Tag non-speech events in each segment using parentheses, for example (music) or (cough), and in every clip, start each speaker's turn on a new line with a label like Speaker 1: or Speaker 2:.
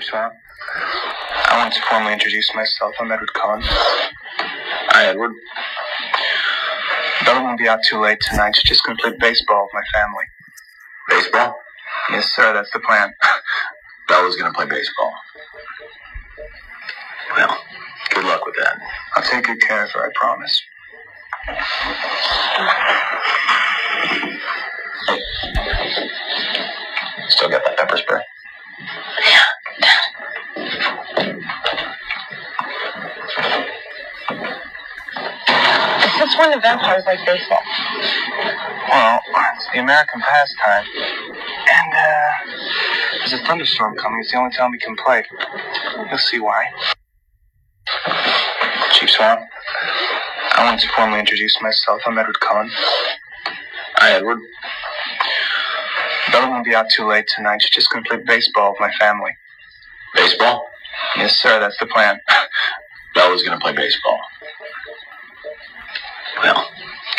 Speaker 1: Swap. I want to formally introduce myself. I'm Edward Kahn. Hi, Edward. Robert won't be out too late tonight. She's just going to play baseball with my family. Baseball? Yes, sir. That's the (laughs) plan. Bella's going to play baseball. Well, good luck with that. I'll take good care of her, I promise. Still got that pepper spray. Since when do vampires like baseball? Well, it's the American pastime. And, uh, there's a thunderstorm coming. It's the only time we can play. You'll see why. Chief Swamp, I want to formally introduce myself. I'm Edward Cullen. Hi, Edward. Bella won't be out too late tonight. She's just going to play baseball with my family. Baseball? Yes, sir. That's the (laughs) plan. Bella's going to play baseball. Well,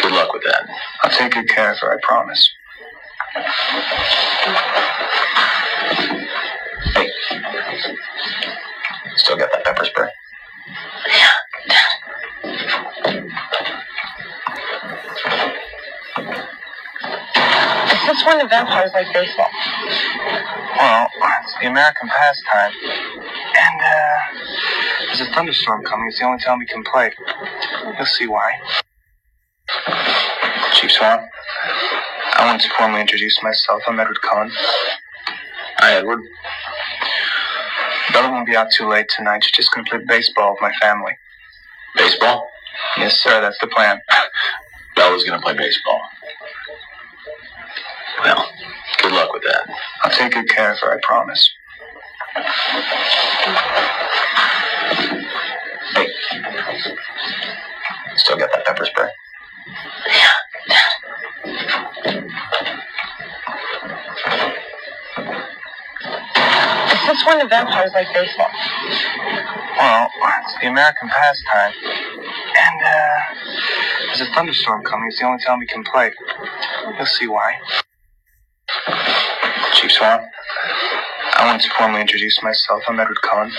Speaker 1: good luck with that. I'll take good care of her, I promise. Hey, still got that pepper spray? Since when do vampires like baseball? Well, it's the American pastime. And, uh, there's a thunderstorm coming. It's the only time we can play. You'll see why. Chief Swamp, I want to formally introduce myself. I'm Edward Cullen. Hi, Edward. Bella won't be out too late tonight. She's just going to play baseball with my family. Baseball? Yes, sir. That's the (laughs) plan. Bella's going to play baseball. Well, good luck with that. I'll take good care of her, I promise. Hey, still got that pepper spray? Since when do vampires like baseball? Well, it's the American pastime. And, uh, there's a thunderstorm coming. It's the only time we can play. You'll see why. Chief Swamp, I want to formally introduce myself. I'm Edward Cullen.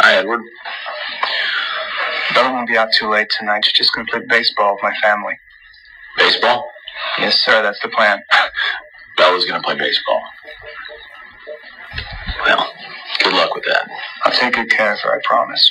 Speaker 1: Hi, Edward. Bella won't be out too late tonight. She's just going to play baseball with my family. Baseball? Yes, sir. That's the plan. Bella's going to play baseball. Well, good luck with that. I'll take good care of her, I promise.